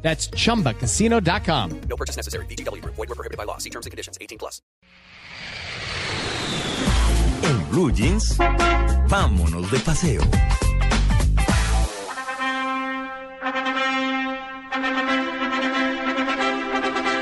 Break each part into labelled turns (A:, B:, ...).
A: That's chumbacasino.com.
B: No purchase necessary. BGW. Void were prohibited by law. See terms and conditions. 18 plus.
C: En Blue Jeans, vámonos de paseo.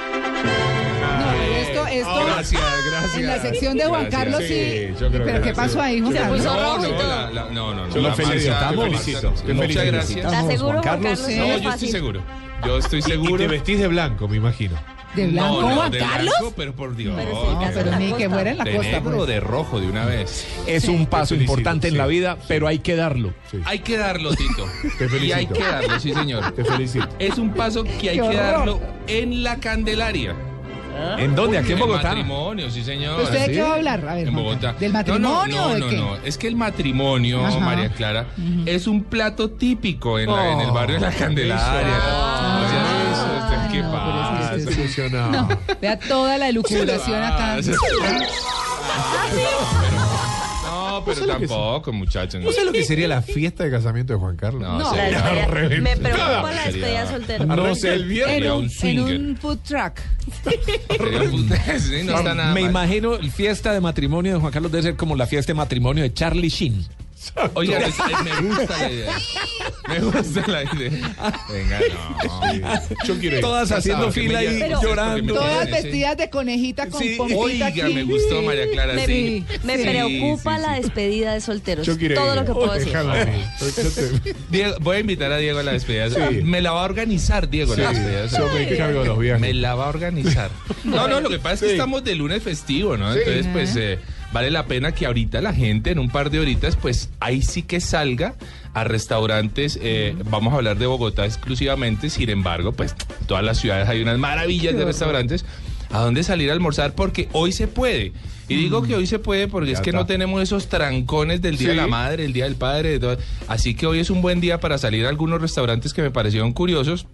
D: No, pero esto, esto
E: Oh, Gracias, gracias.
D: en la sección de Juan
E: Gracias,
D: Carlos
E: sí,
D: sí.
E: yo creo
D: ¿Pero
E: que
D: qué
E: sí.
D: pasó ahí, José?
E: No,
D: Alfredo?
E: no, la- la- no, no, no.
F: Lo
E: la marcha-
F: felicitamos.
E: te felicito.
F: Te
E: Muchas
F: felicitamos,
E: gracias.
G: ¿Estás seguro, Juan Carlos?
D: Carlos,
G: No
E: No,
G: es
E: yo estoy
G: fácil.
E: seguro. Yo estoy seguro.
F: Y te vestís de blanco, me imagino.
D: ¿De blanco
E: no, no,
D: Juan
E: de
D: Carlos?
E: blanco, pero por Dios.
G: Pero sí,
D: No,
G: Blanco
D: pero
G: en
D: ni
G: la
D: que
G: costa.
D: fuera en la
E: de
D: costa.
E: negro
D: pues.
E: o de rojo de una vez.
H: Es un paso
F: felicito,
H: importante en
F: sí.
H: la vida, pero hay que darlo.
E: Hay que darlo, Tito.
F: Te felicito.
E: Y hay que darlo, sí, señor.
F: Te felicito.
E: Es un paso que hay
D: Qué
E: que
D: horror.
E: darlo en la Candelaria.
H: ¿En dónde? ¿Aquí en Bogotá?
E: El matrimonio, sí, señor.
D: ¿Pero
F: ¿Ah,
D: ¿Usted de qué va a hablar? A ver,
E: En
D: Juan
E: Bogotá.
D: Carlos. ¿Del
E: No, no,
D: matrimonio
E: No,
D: o de
E: no,
D: qué?
E: no. Es que el matrimonio,
D: Ajá.
E: María Clara, es un plato típico en, la- en el barrio de la Candelaria.
D: Oh. Ah,
E: Oiga eso,
D: no,
E: usted, ¿Qué
D: pero es
F: Ah,
E: pasa?
D: que usted-
F: Funcionado.
D: No, vea toda la elucubración acá.
E: Ah, sí. No, pero
F: lo que es?
E: tampoco, muchachos.
F: ¿No sabes lo que sería la fiesta de casamiento de Juan Carlos?
E: No,
D: No,
E: sería-
G: La despedida- me
F: reventada.
G: preocupa la despedida
E: Sería-
G: soltera.
F: No sé,
E: el viernes.
D: En
E: Sería un
D: un, en
E: swinger.
D: un food truck.
E: sería un puta- sí, no está nada
H: Me
E: mal.
H: imagino el fiesta de matrimonio de Juan Carlos debe ser como la fiesta de matrimonio de Eh, Charlie Sheen.
E: Oiga, pues, eh, me gusta la idea. Me gusta la idea. Venga, no.
F: Yo quiero ir.
H: Todas haciendo
E: porque
H: fila
E: me
H: y
E: llama-
G: Pero-
H: llorando.
E: Porque
D: Todas
E: Sí.
D: vestidas de conejita con
H: Sí,
D: pompita
E: Oiga,
D: aquí.
E: me gustó María Clara,
G: Me,
E: sí.
G: me
E: Sí,
G: preocupa
E: sí,
G: la
E: sí.
G: despedida de solteros.
F: Yo quiero
G: Todo
F: ir.
G: lo que puedo decir.
F: Déjame a mí. Yo te-
E: Diego- voy a invitar a Diego a la despedida.
F: Sí.
E: Me la va a organizar, Diego, la despedida.
F: Sí, yo me encargo de los
E: Me
F: viajes.
E: la va a organizar. No, no, lo que pasa es que estamos de lunes festivo, ¿no? Entonces, pues eh, vale la pena que ahorita la gente, en un par de horitas, pues ahí sí que salga a restaurantes. eh, Vamos a hablar de Bogotá exclusivamente. Sin embargo, pues todas las ciudades hay unas maravillas de restaurantes. ¿A dónde salir a almorzar? Porque hoy se puede. Y digo que hoy se puede porque es que no tenemos esos trancones del Día de la Madre, el Día del Padre. de todo. Así que hoy es un buen día para salir a algunos restaurantes que me parecieron curiosos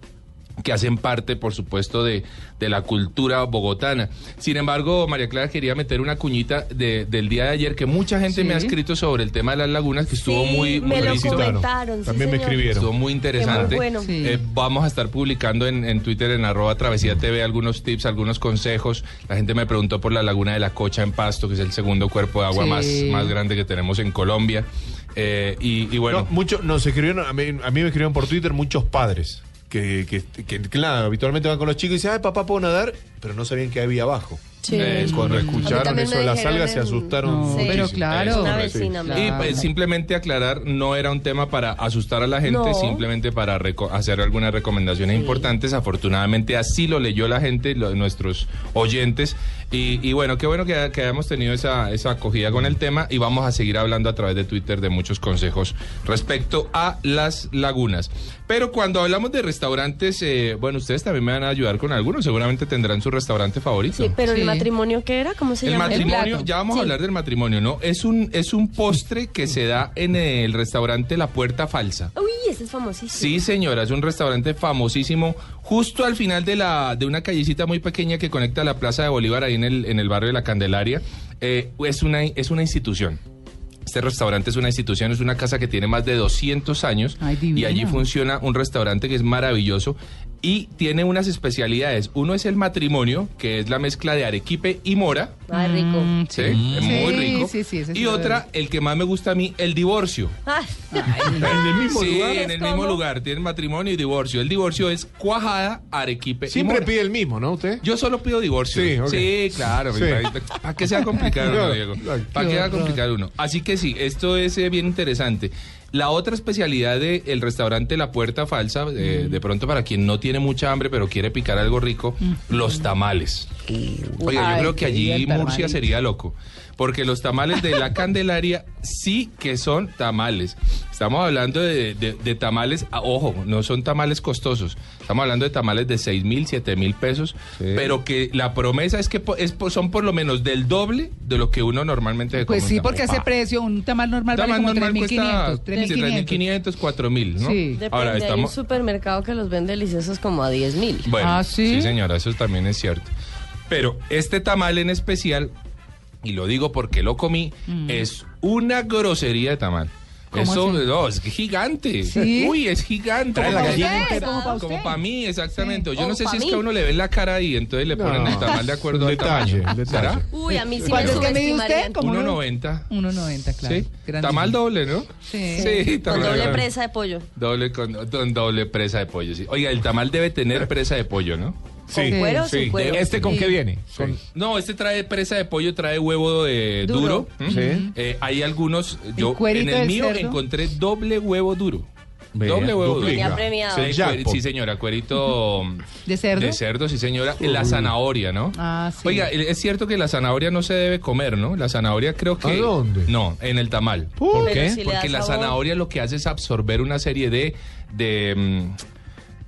E: que hacen parte, por supuesto, de, de la cultura bogotana. Sin embargo, María Clara quería meter una cuñita de- del día de ayer que mucha gente me ha escrito sobre el tema de las lagunas, que estuvo
G: Sí,
E: muy, muy
G: me lo
E: felicitado.
G: comentaron. sí,
F: También me
G: señor.
F: escribieron.
E: Estuvo muy interesante.
G: Qué muy bueno.
D: Sí.
E: Eh, vamos a estar publicando en, en Twitter, en arroba travesía TV, algunos tips, algunos consejos. La gente me preguntó por la laguna de la Cocha en Pasto, que es el segundo cuerpo de agua
D: Sí.
E: más, más grande que tenemos en Colombia. Eh, y, y bueno,
F: No, mucho- nos escribieron, a mí, a mí me escribieron por Twitter muchos padres que, que, que, claro, habitualmente van con los chicos y dicen, ay, papá, puedo nadar, pero no sabían que había abajo.
G: Sí.
E: Eh, es
F: Cuando
G: A mí
F: escucharon
G: también
F: eso
G: me
F: de las
G: dijeron
F: algas se
G: en-
F: asustaron.
D: No,
G: Sí.
D: pero
E: Sí,
D: claro.
G: Una vecina me
E: Y
D: Claro.
E: pues, simplemente aclarar, no era un tema para asustar a la gente,
G: No.
E: simplemente para reco- hacer algunas recomendaciones importantes. Afortunadamente así lo leyó la gente, lo- nuestros oyentes. Y, y bueno, qué bueno que, ha- que hayamos tenido esa, esa acogida con el tema y vamos a seguir hablando a través de Twitter de muchos consejos respecto a las lagunas. Pero cuando hablamos de restaurantes, eh, bueno, ustedes también me van a ayudar con algunos, seguramente tendrán su restaurante favorito.
G: Sí, pero
D: Sí.
G: el matrimonio que era, ¿cómo se
E: El
G: llama?
E: matrimonio,
D: plato.
E: ya vamos a
G: Sí.
E: hablar del matrimonio, ¿no? Es un, es un postre que se da en el restaurante La Puerta Falsa.
G: Uy, ese es famosísimo.
E: Sí, señora, es un restaurante famosísimo, justo al final de la de una callecita muy pequeña que conecta la Plaza de Bolívar ahí en el, en el barrio de la Candelaria. Eh, es, una, es una institución. Este restaurante es una institución, es una casa que tiene más de 200 años
D: Ay, divino.
E: y allí funciona un restaurante que es maravilloso y tiene unas especialidades. Uno es el matrimonio, que es la mezcla de arequipe y mora.
G: Ay, rico.
D: Mm,
E: Sí,
D: sí.
E: es muy
D: Sí,
E: rico.
D: sí, sí, ese sí
E: y
D: lo
E: otra, el que más me gusta a mí, el divorcio.
G: Ah,
F: En el mismo
E: Sí,
F: lugar.
E: en el mismo
G: ¿Cómo?
E: lugar, tiene matrimonio y divorcio. El divorcio es cuajada, arequipe. y
F: Siempre
E: mora.
F: pide el mismo, ¿no? Usted.
E: Yo solo pido divorcio.
F: Sí, ok.
E: Sí, claro. pues,
F: Sí.
E: ¿Para qué sea complicado uno,
F: Claro,
E: Diego?
F: claro.
E: ¿Para qué
D: Qué
E: va a
D: horror.
E: complicar uno? Así que sí, esto es eh, bien interesante. La otra especialidad del restaurante La Puerta Falsa, eh, de pronto para quien no tiene mucha hambre pero quiere picar algo rico, los tamales. Oiga,
D: Ay,
E: yo creo que
D: qué bien,
E: allí Murcia
D: tamalito.
E: sería loco. Porque los tamales de la Candelaria sí que son tamales. Estamos hablando de, de- de tamales, a- ojo, no son tamales costosos. Estamos hablando de tamales de 6 mil, 7 mil pesos, pero que la promesa es que po- es po- son por lo menos del doble de lo que uno normalmente
D: Pues
E: come
D: sí,
E: un
D: porque
E: tamal.
D: ese precio, un tamal normal vale
E: Tamal
D: como
E: normal
D: 3.500.
E: cuesta
D: 3.500.
E: 3.500, 4.000, ¿no?
D: Sí.
G: Depende,
E: Ahora
G: hay un
E: estamos...
G: supermercado que los vende deliciosos como a 10 mil.
E: Bueno,
D: Ah, ¿sí?
E: señora, eso también es cierto. Pero este tamal en especial, y lo digo porque lo comí, es una grosería de tamal.
D: Mm. ¿Cómo
E: Eso
D: así?
E: no, es gigante.
D: ¿Sí?
E: Uy, es gigante.
D: Trae la
E: Como
D: gallina
E: pa'
D: entera. Como pa'
E: Como
D: usted.
E: para mí, exactamente.
G: Sí.
E: Yo
G: O
E: no sé
G: pa'
E: si es
G: mí.
E: que a uno le ve la cara y entonces le ponen
F: No.
E: el tamal de acuerdo al
F: Detalle,
E: tamaño.
F: detalle.
E: ¿Será?
G: Uy, a mí sí me
D: ¿Cuánto es que mide
G: subestimarían.
D: usted? Como uno-
E: 1.90.
D: 1.90, claro.
E: Sí.
D: Grandísimo.
E: Tamal doble, ¿no?
D: Sí.
G: Eh, Con doble
E: grande.
G: presa de pollo.
E: Doble con, con doble presa de pollo, sí. Oiga, el tamal debe tener presa de pollo, ¿no?
G: ¿Con cuero o sin cuero?
H: ¿Este con
D: Sí.
H: qué viene? Con-
E: No, este trae presa de pollo, trae huevo de duro.
G: Duro.
F: ¿Mm?
E: ¿m? Eh, hay algunos, yo en
D: cuerito
E: el
D: del
E: mío
D: cerdo?
E: encontré doble huevo duro.
H: Vea,
E: doble huevo
F: duplica.
E: duro.
G: Venía premiado.
E: Sí,
F: El
E: cuer-
F: jackpot.
E: sí, señora, cuerito
D: ¿De cerdo?
E: de cerdo, sí, señora. La zanahoria, ¿no?
D: Ah, sí.
E: Oiga, eh, es cierto que la zanahoria no se debe comer, ¿no? La zanahoria creo que...
F: ¿A dónde?
E: No, en el tamal.
H: ¿Por
G: Pero
H: qué?
G: si le da
E: Porque la
G: sabor.
E: zanahoria lo que hace es absorber una serie de. de, mm,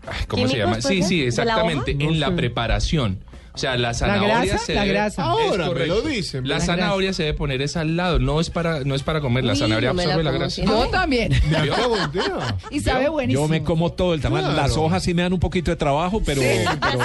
E: ay, ¿Cómo se
G: ¿Químicos,
E: llama?
G: puede
E: Sí,
G: ser?
E: sí,
G: ¿De la
E: exactamente.
G: hoja?
E: en la preparación. O sea, la zanahoria
D: grasa?
E: se
D: La
E: debe-
D: grasa.
E: es
F: Ahora me
E: correcto.
F: lo dicen,
E: La
D: la
E: zanahoria se debe poner es al lado, no es para no es para comer, la
G: Uy,
E: zanahoria
G: no me la
E: absorbe la,
G: como,
E: grasa.
G: sí.
D: Yo también.
F: Me acabo de enterar.
D: Y sabe buenísimo.
H: Yo me como todo el tamal.
F: Claro.
H: Las hojas sí me dan un poquito de trabajo, pero.
G: Así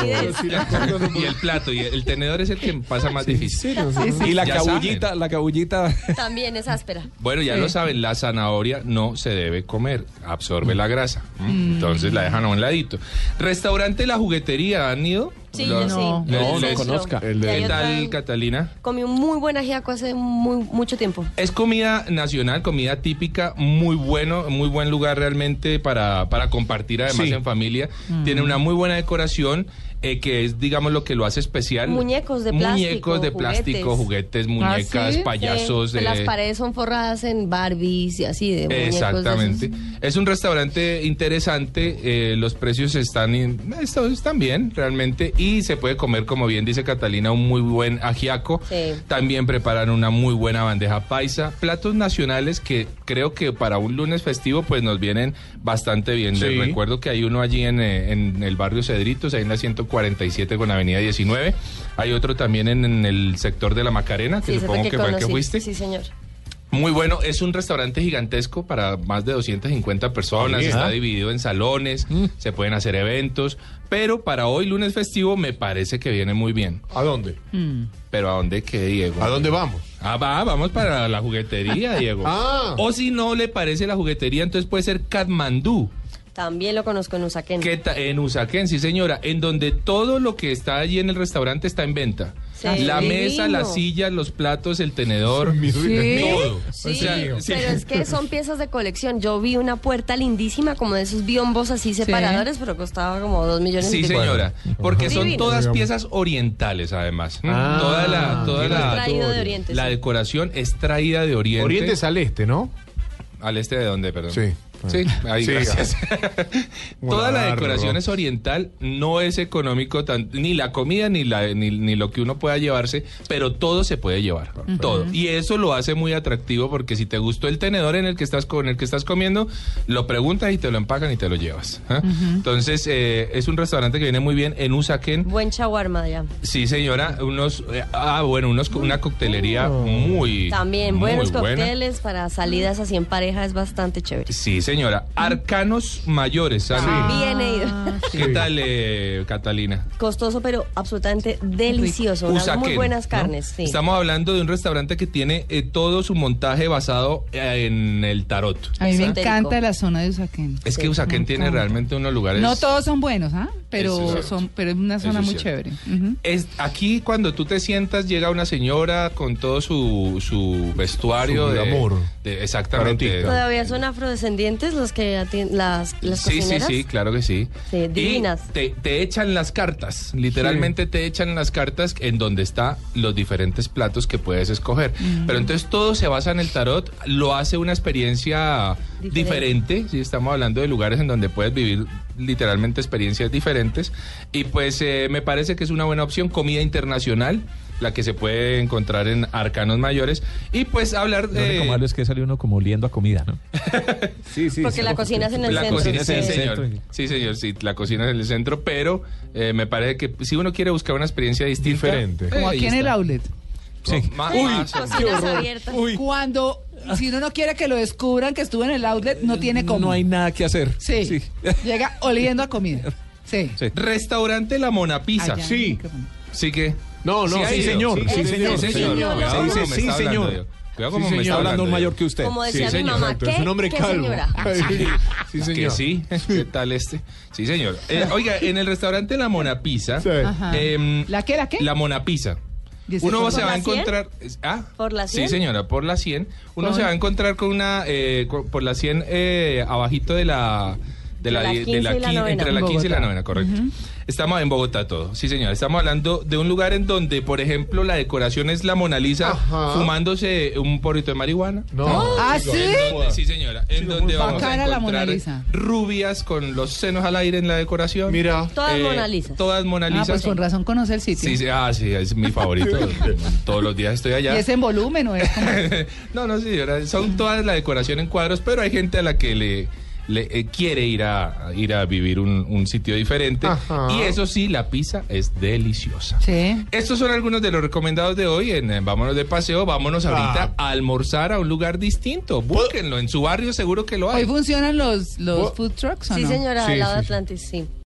G: de-
F: Pero si la cortas no-
E: Y el plato y el tenedor es el que pasa más difícil.
H: Y la
E: Ya
H: cabullita,
E: saben.
H: la cabullita.
G: También es áspera.
E: Bueno, ya lo saben, la zanahoria no se debe comer, absorbe la grasa. ¿m? Entonces la dejan a un ladito. Restaurante La Juguetería, ¿han ido?
G: Sí,
E: Lo-
G: yo sí.
D: No,
G: El
E: no
G: nuestro.
H: conozca.
F: El
G: Y
F: de-
G: hay
E: ¿Qué
G: otra-
E: tal, Catalina?
G: Comí un muy buen ajiaco hace muy, mucho tiempo.
E: Es comida nacional, comida típica, muy bueno, muy buen lugar realmente para, para compartir además
F: Sí.
E: en familia.
G: Mm.
E: Tiene una muy buena decoración eh, que es, digamos, lo que lo hace especial.
G: Muñecos de plástico,
E: Muñecos de plástico, juguetes, muñecas,
D: sí?
E: payasos.
G: Eh, Las
E: eh,
G: paredes son forradas en Barbies y así de muñecos de
E: Exactamente.
G: esos.
E: Es un restaurante interesante, eh, los precios están, en- esto- están bien realmente y se puede comer, como bien dice Catalina, un muy buen ajiaco.
G: Sí.
E: También preparan una muy buena bandeja paisa. Platos nacionales que creo que para un lunes festivo pues nos vienen bastante bien.
F: Sí.
E: Les recuerdo que hay uno allí en, eh, en el barrio Cedritos, ahí en la 147 con avenida 19. Hay otro también en, en el sector de la Macarena, que
G: Sí, ese fue
E: supongo que, fue el que
G: conocí.
E: fuiste.
G: Sí, señor.
E: Muy bueno, es un restaurante gigantesco para más de 250 personas,
F: Bien.
E: está
F: Ah. Mm.
E: dividido en salones, se pueden hacer eventos, pero para hoy lunes festivo me parece que viene muy bien.
F: ¿A dónde?
E: Pero ¿a dónde qué, Diego?
F: ¿A dónde vamos?
E: Ah, va, vamos para la juguetería, Diego.
F: Ah.
E: O si no le parece la juguetería, entonces puede ser Katmandú.
G: También lo conozco en Usaquén.
E: Que ta- en Usaquén, sí señora, en donde todo lo que está allí en el restaurante está en venta.
G: Sí.
E: La
G: Divino.
E: mesa, las sillas, los platos, el tenedor,
D: Sí.
E: todo.
G: Sí,
E: O sea, sí.
G: pero es que son piezas de colección. Yo vi una puerta lindísima, como de esos biombos así separadores, pero costaba como dos millones y
E: Sí,
G: pico.
E: señora, porque son
G: Divino.
E: todas piezas orientales además. toda la, toda
G: Lo
E: la,
G: traído de Oriente.
E: la
G: sí.
E: decoración es traída de Oriente.
F: Oriente es al este, ¿no?
E: al este de dónde, perdón.
F: Sí.
E: Sí, ahí
F: Sí.
E: gracias. Toda la
F: Guarro.
E: decoración es oriental, no es económico tan- ni la comida ni la ni, ni lo que uno pueda llevarse, pero todo se puede llevar, todo. Y eso lo hace muy atractivo porque si te gustó el tenedor en el que estás con el que estás comiendo, lo preguntas y te lo empacan y te lo llevas. ¿ah? Entonces, eh, es un restaurante que viene muy bien en Usaquén.
G: Buen chaguarma ya.
E: Sí, señora, unos eh, ah bueno, unos co- una coctelería
F: Oh.
E: muy
G: También
E: muy
G: buenos
E: buena.
G: cócteles para salidas así en pareja es bastante chévere.
E: Sí, señora, arcanos mayores, ¿sabe?
G: Ah, Bien he ido.
E: ¿Qué tal, eh, Catalina?
G: Costoso, pero absolutamente delicioso. Unas
E: Usaquén,
G: muy buenas
E: ¿no?
G: carnes, sí.
E: Estamos hablando de un restaurante que tiene eh, todo su montaje basado eh, en el tarot.
D: A mí me
G: Esotérico.
D: encanta la zona de Usaquén.
E: Es que Usaquén tiene realmente unos lugares...
D: No todos son buenos, ¿ah?
E: Eso
D: Pero,
E: es
D: son,
E: cierto.
D: pero es una
E: Eso
D: zona
E: es
D: muy
E: cierto.
D: chévere. Ujú.
E: Es, aquí cuando tú te sientas llega una señora con todo su, su vestuario
F: Su
E: de
F: glamour.
E: de- exactamente.
F: Tarotista.
G: Todavía son afrodescendientes los que atien- las, las
E: sí, sí,
G: cocineras.
E: sí, claro que sí.
G: Sí,
E: Y
G: divinas.
E: te, te echan las cartas, literalmente te echan las cartas en donde está los diferentes platos que puedes escoger. Pero entonces todo se basa en el tarot, lo hace una experiencia
G: Diferente.
E: diferente. si estamos hablando de lugares en donde puedes vivir literalmente experiencias diferentes. Y pues eh, me parece que es una buena opción, comida internacional. la que se puede encontrar en Arcanos Mayores. Y pues hablar
H: Lo
E: de...
H: único malo es que salió uno como oliendo a comida, ¿no? sí, sí.
G: Porque la cocina es en el
E: La
G: centro.
E: cocina, sí,
H: sí.
E: señor.
H: Centro.
E: Sí, señor, sí, la cocina es en el centro, pero eh, me parece que si uno quiere buscar una experiencia distinta...
F: Diferente.
D: Como aquí en el outlet.
E: ah, Sí.
G: Uy, cocinas abiertas.
D: Cuando, si uno no quiere que lo descubran que estuvo en el outlet, no tiene cómo.
H: No hay nada que hacer.
D: Sí. Llega oliendo a comida. Sí.
H: Sí.
E: Restaurante La Monapisa.
D: Allá en el
F: sí.
D: micrófono.
E: Sí que...
F: No, no,
E: ha
F: sí,
E: ido.
F: señor,
E: Sí,
F: sí,
E: sí,
F: señor,
E: sí,
F: sí,
E: señor.
F: señor.
E: Cuidado cómo
F: Sí,
E: me
F: sí,
E: está
F: señor.
E: hablando, Diego. Cuidado cómo
F: Sí,
E: me está hablando
F: señor.
H: Hablando un
E: Diego.
H: mayor que usted.
G: Como
E: Sí,
G: decía mi
E: señor.
G: mamá,
F: Exacto, es un hombre
G: ¿qué? ¿Qué
F: calvo.
G: señora?
F: Sí,
E: Que
F: señor.
E: sí, ¿qué tal este? Sí, señor. Eh, oiga, en el restaurante La Monapisa...
F: Sí.
D: Ajá.
E: em,
D: ¿La qué, Ah, la qué?
E: La Monapisa.
D: Dice,
E: Uno
D: ¿por
E: se
G: la
E: va a
G: 100?
E: encontrar. es- ¿Ah?
G: ¿Por la
E: Sí,
G: 100?
E: señora, por la 100. Uno
D: Con-
E: se va a encontrar con una. eh, co- por la 100, eh, abajito de la. De
G: De
E: la,
G: la
E: die- de
G: 15
E: la
G: y la
E: quin-
G: novena.
E: entre la
D: En
E: 15 y la
D: Bogotá.
E: 9, correcto. Estamos en Bogotá todo. Sí, señora. Estamos hablando de un lugar en donde, por ejemplo, la decoración es la Mona Lisa
F: Ajá.
E: fumándose un porrito de marihuana.
F: No.
D: ¿Ah,
F: chico,
D: sí?
F: no joda.
E: Sí, señora. En
F: Sí,
E: donde
F: muy
E: vamos a
D: bacana la Mona
E: encontrar
D: Lisa.
E: rubias con los senos al aire en la decoración. Eh,
F: Mira.
G: Todas Mona Lisas.
E: Todas Mona
D: Ah,
E: Lisas.
D: pues con razón conoce el sitio.
E: Sí, sí, ah, sí, es mi favorito. Todos los días estoy allá.
D: Y es en volumen, ¿o es como-
E: no, no, señora, son todas la decoración en cuadros, pero hay gente a la que le, le, eh, quiere ir a, a ir a vivir un, un sitio diferente.
F: Ajá.
E: Y eso sí, la pizza es deliciosa.
D: Sí.
E: Estos son algunos de los recomendados de hoy en eh, Vámonos de Paseo. Vámonos ahorita
D: Ah.
E: a almorzar a un lugar distinto. Búsquenlo, en su barrio seguro que lo hay.
D: Hoy funcionan los, los food trucks, ¿o
G: Sí,
D: no?
G: señora,
F: Sí,
G: al lado
F: sí,
G: de
F: sí.
G: Atlantis, sí.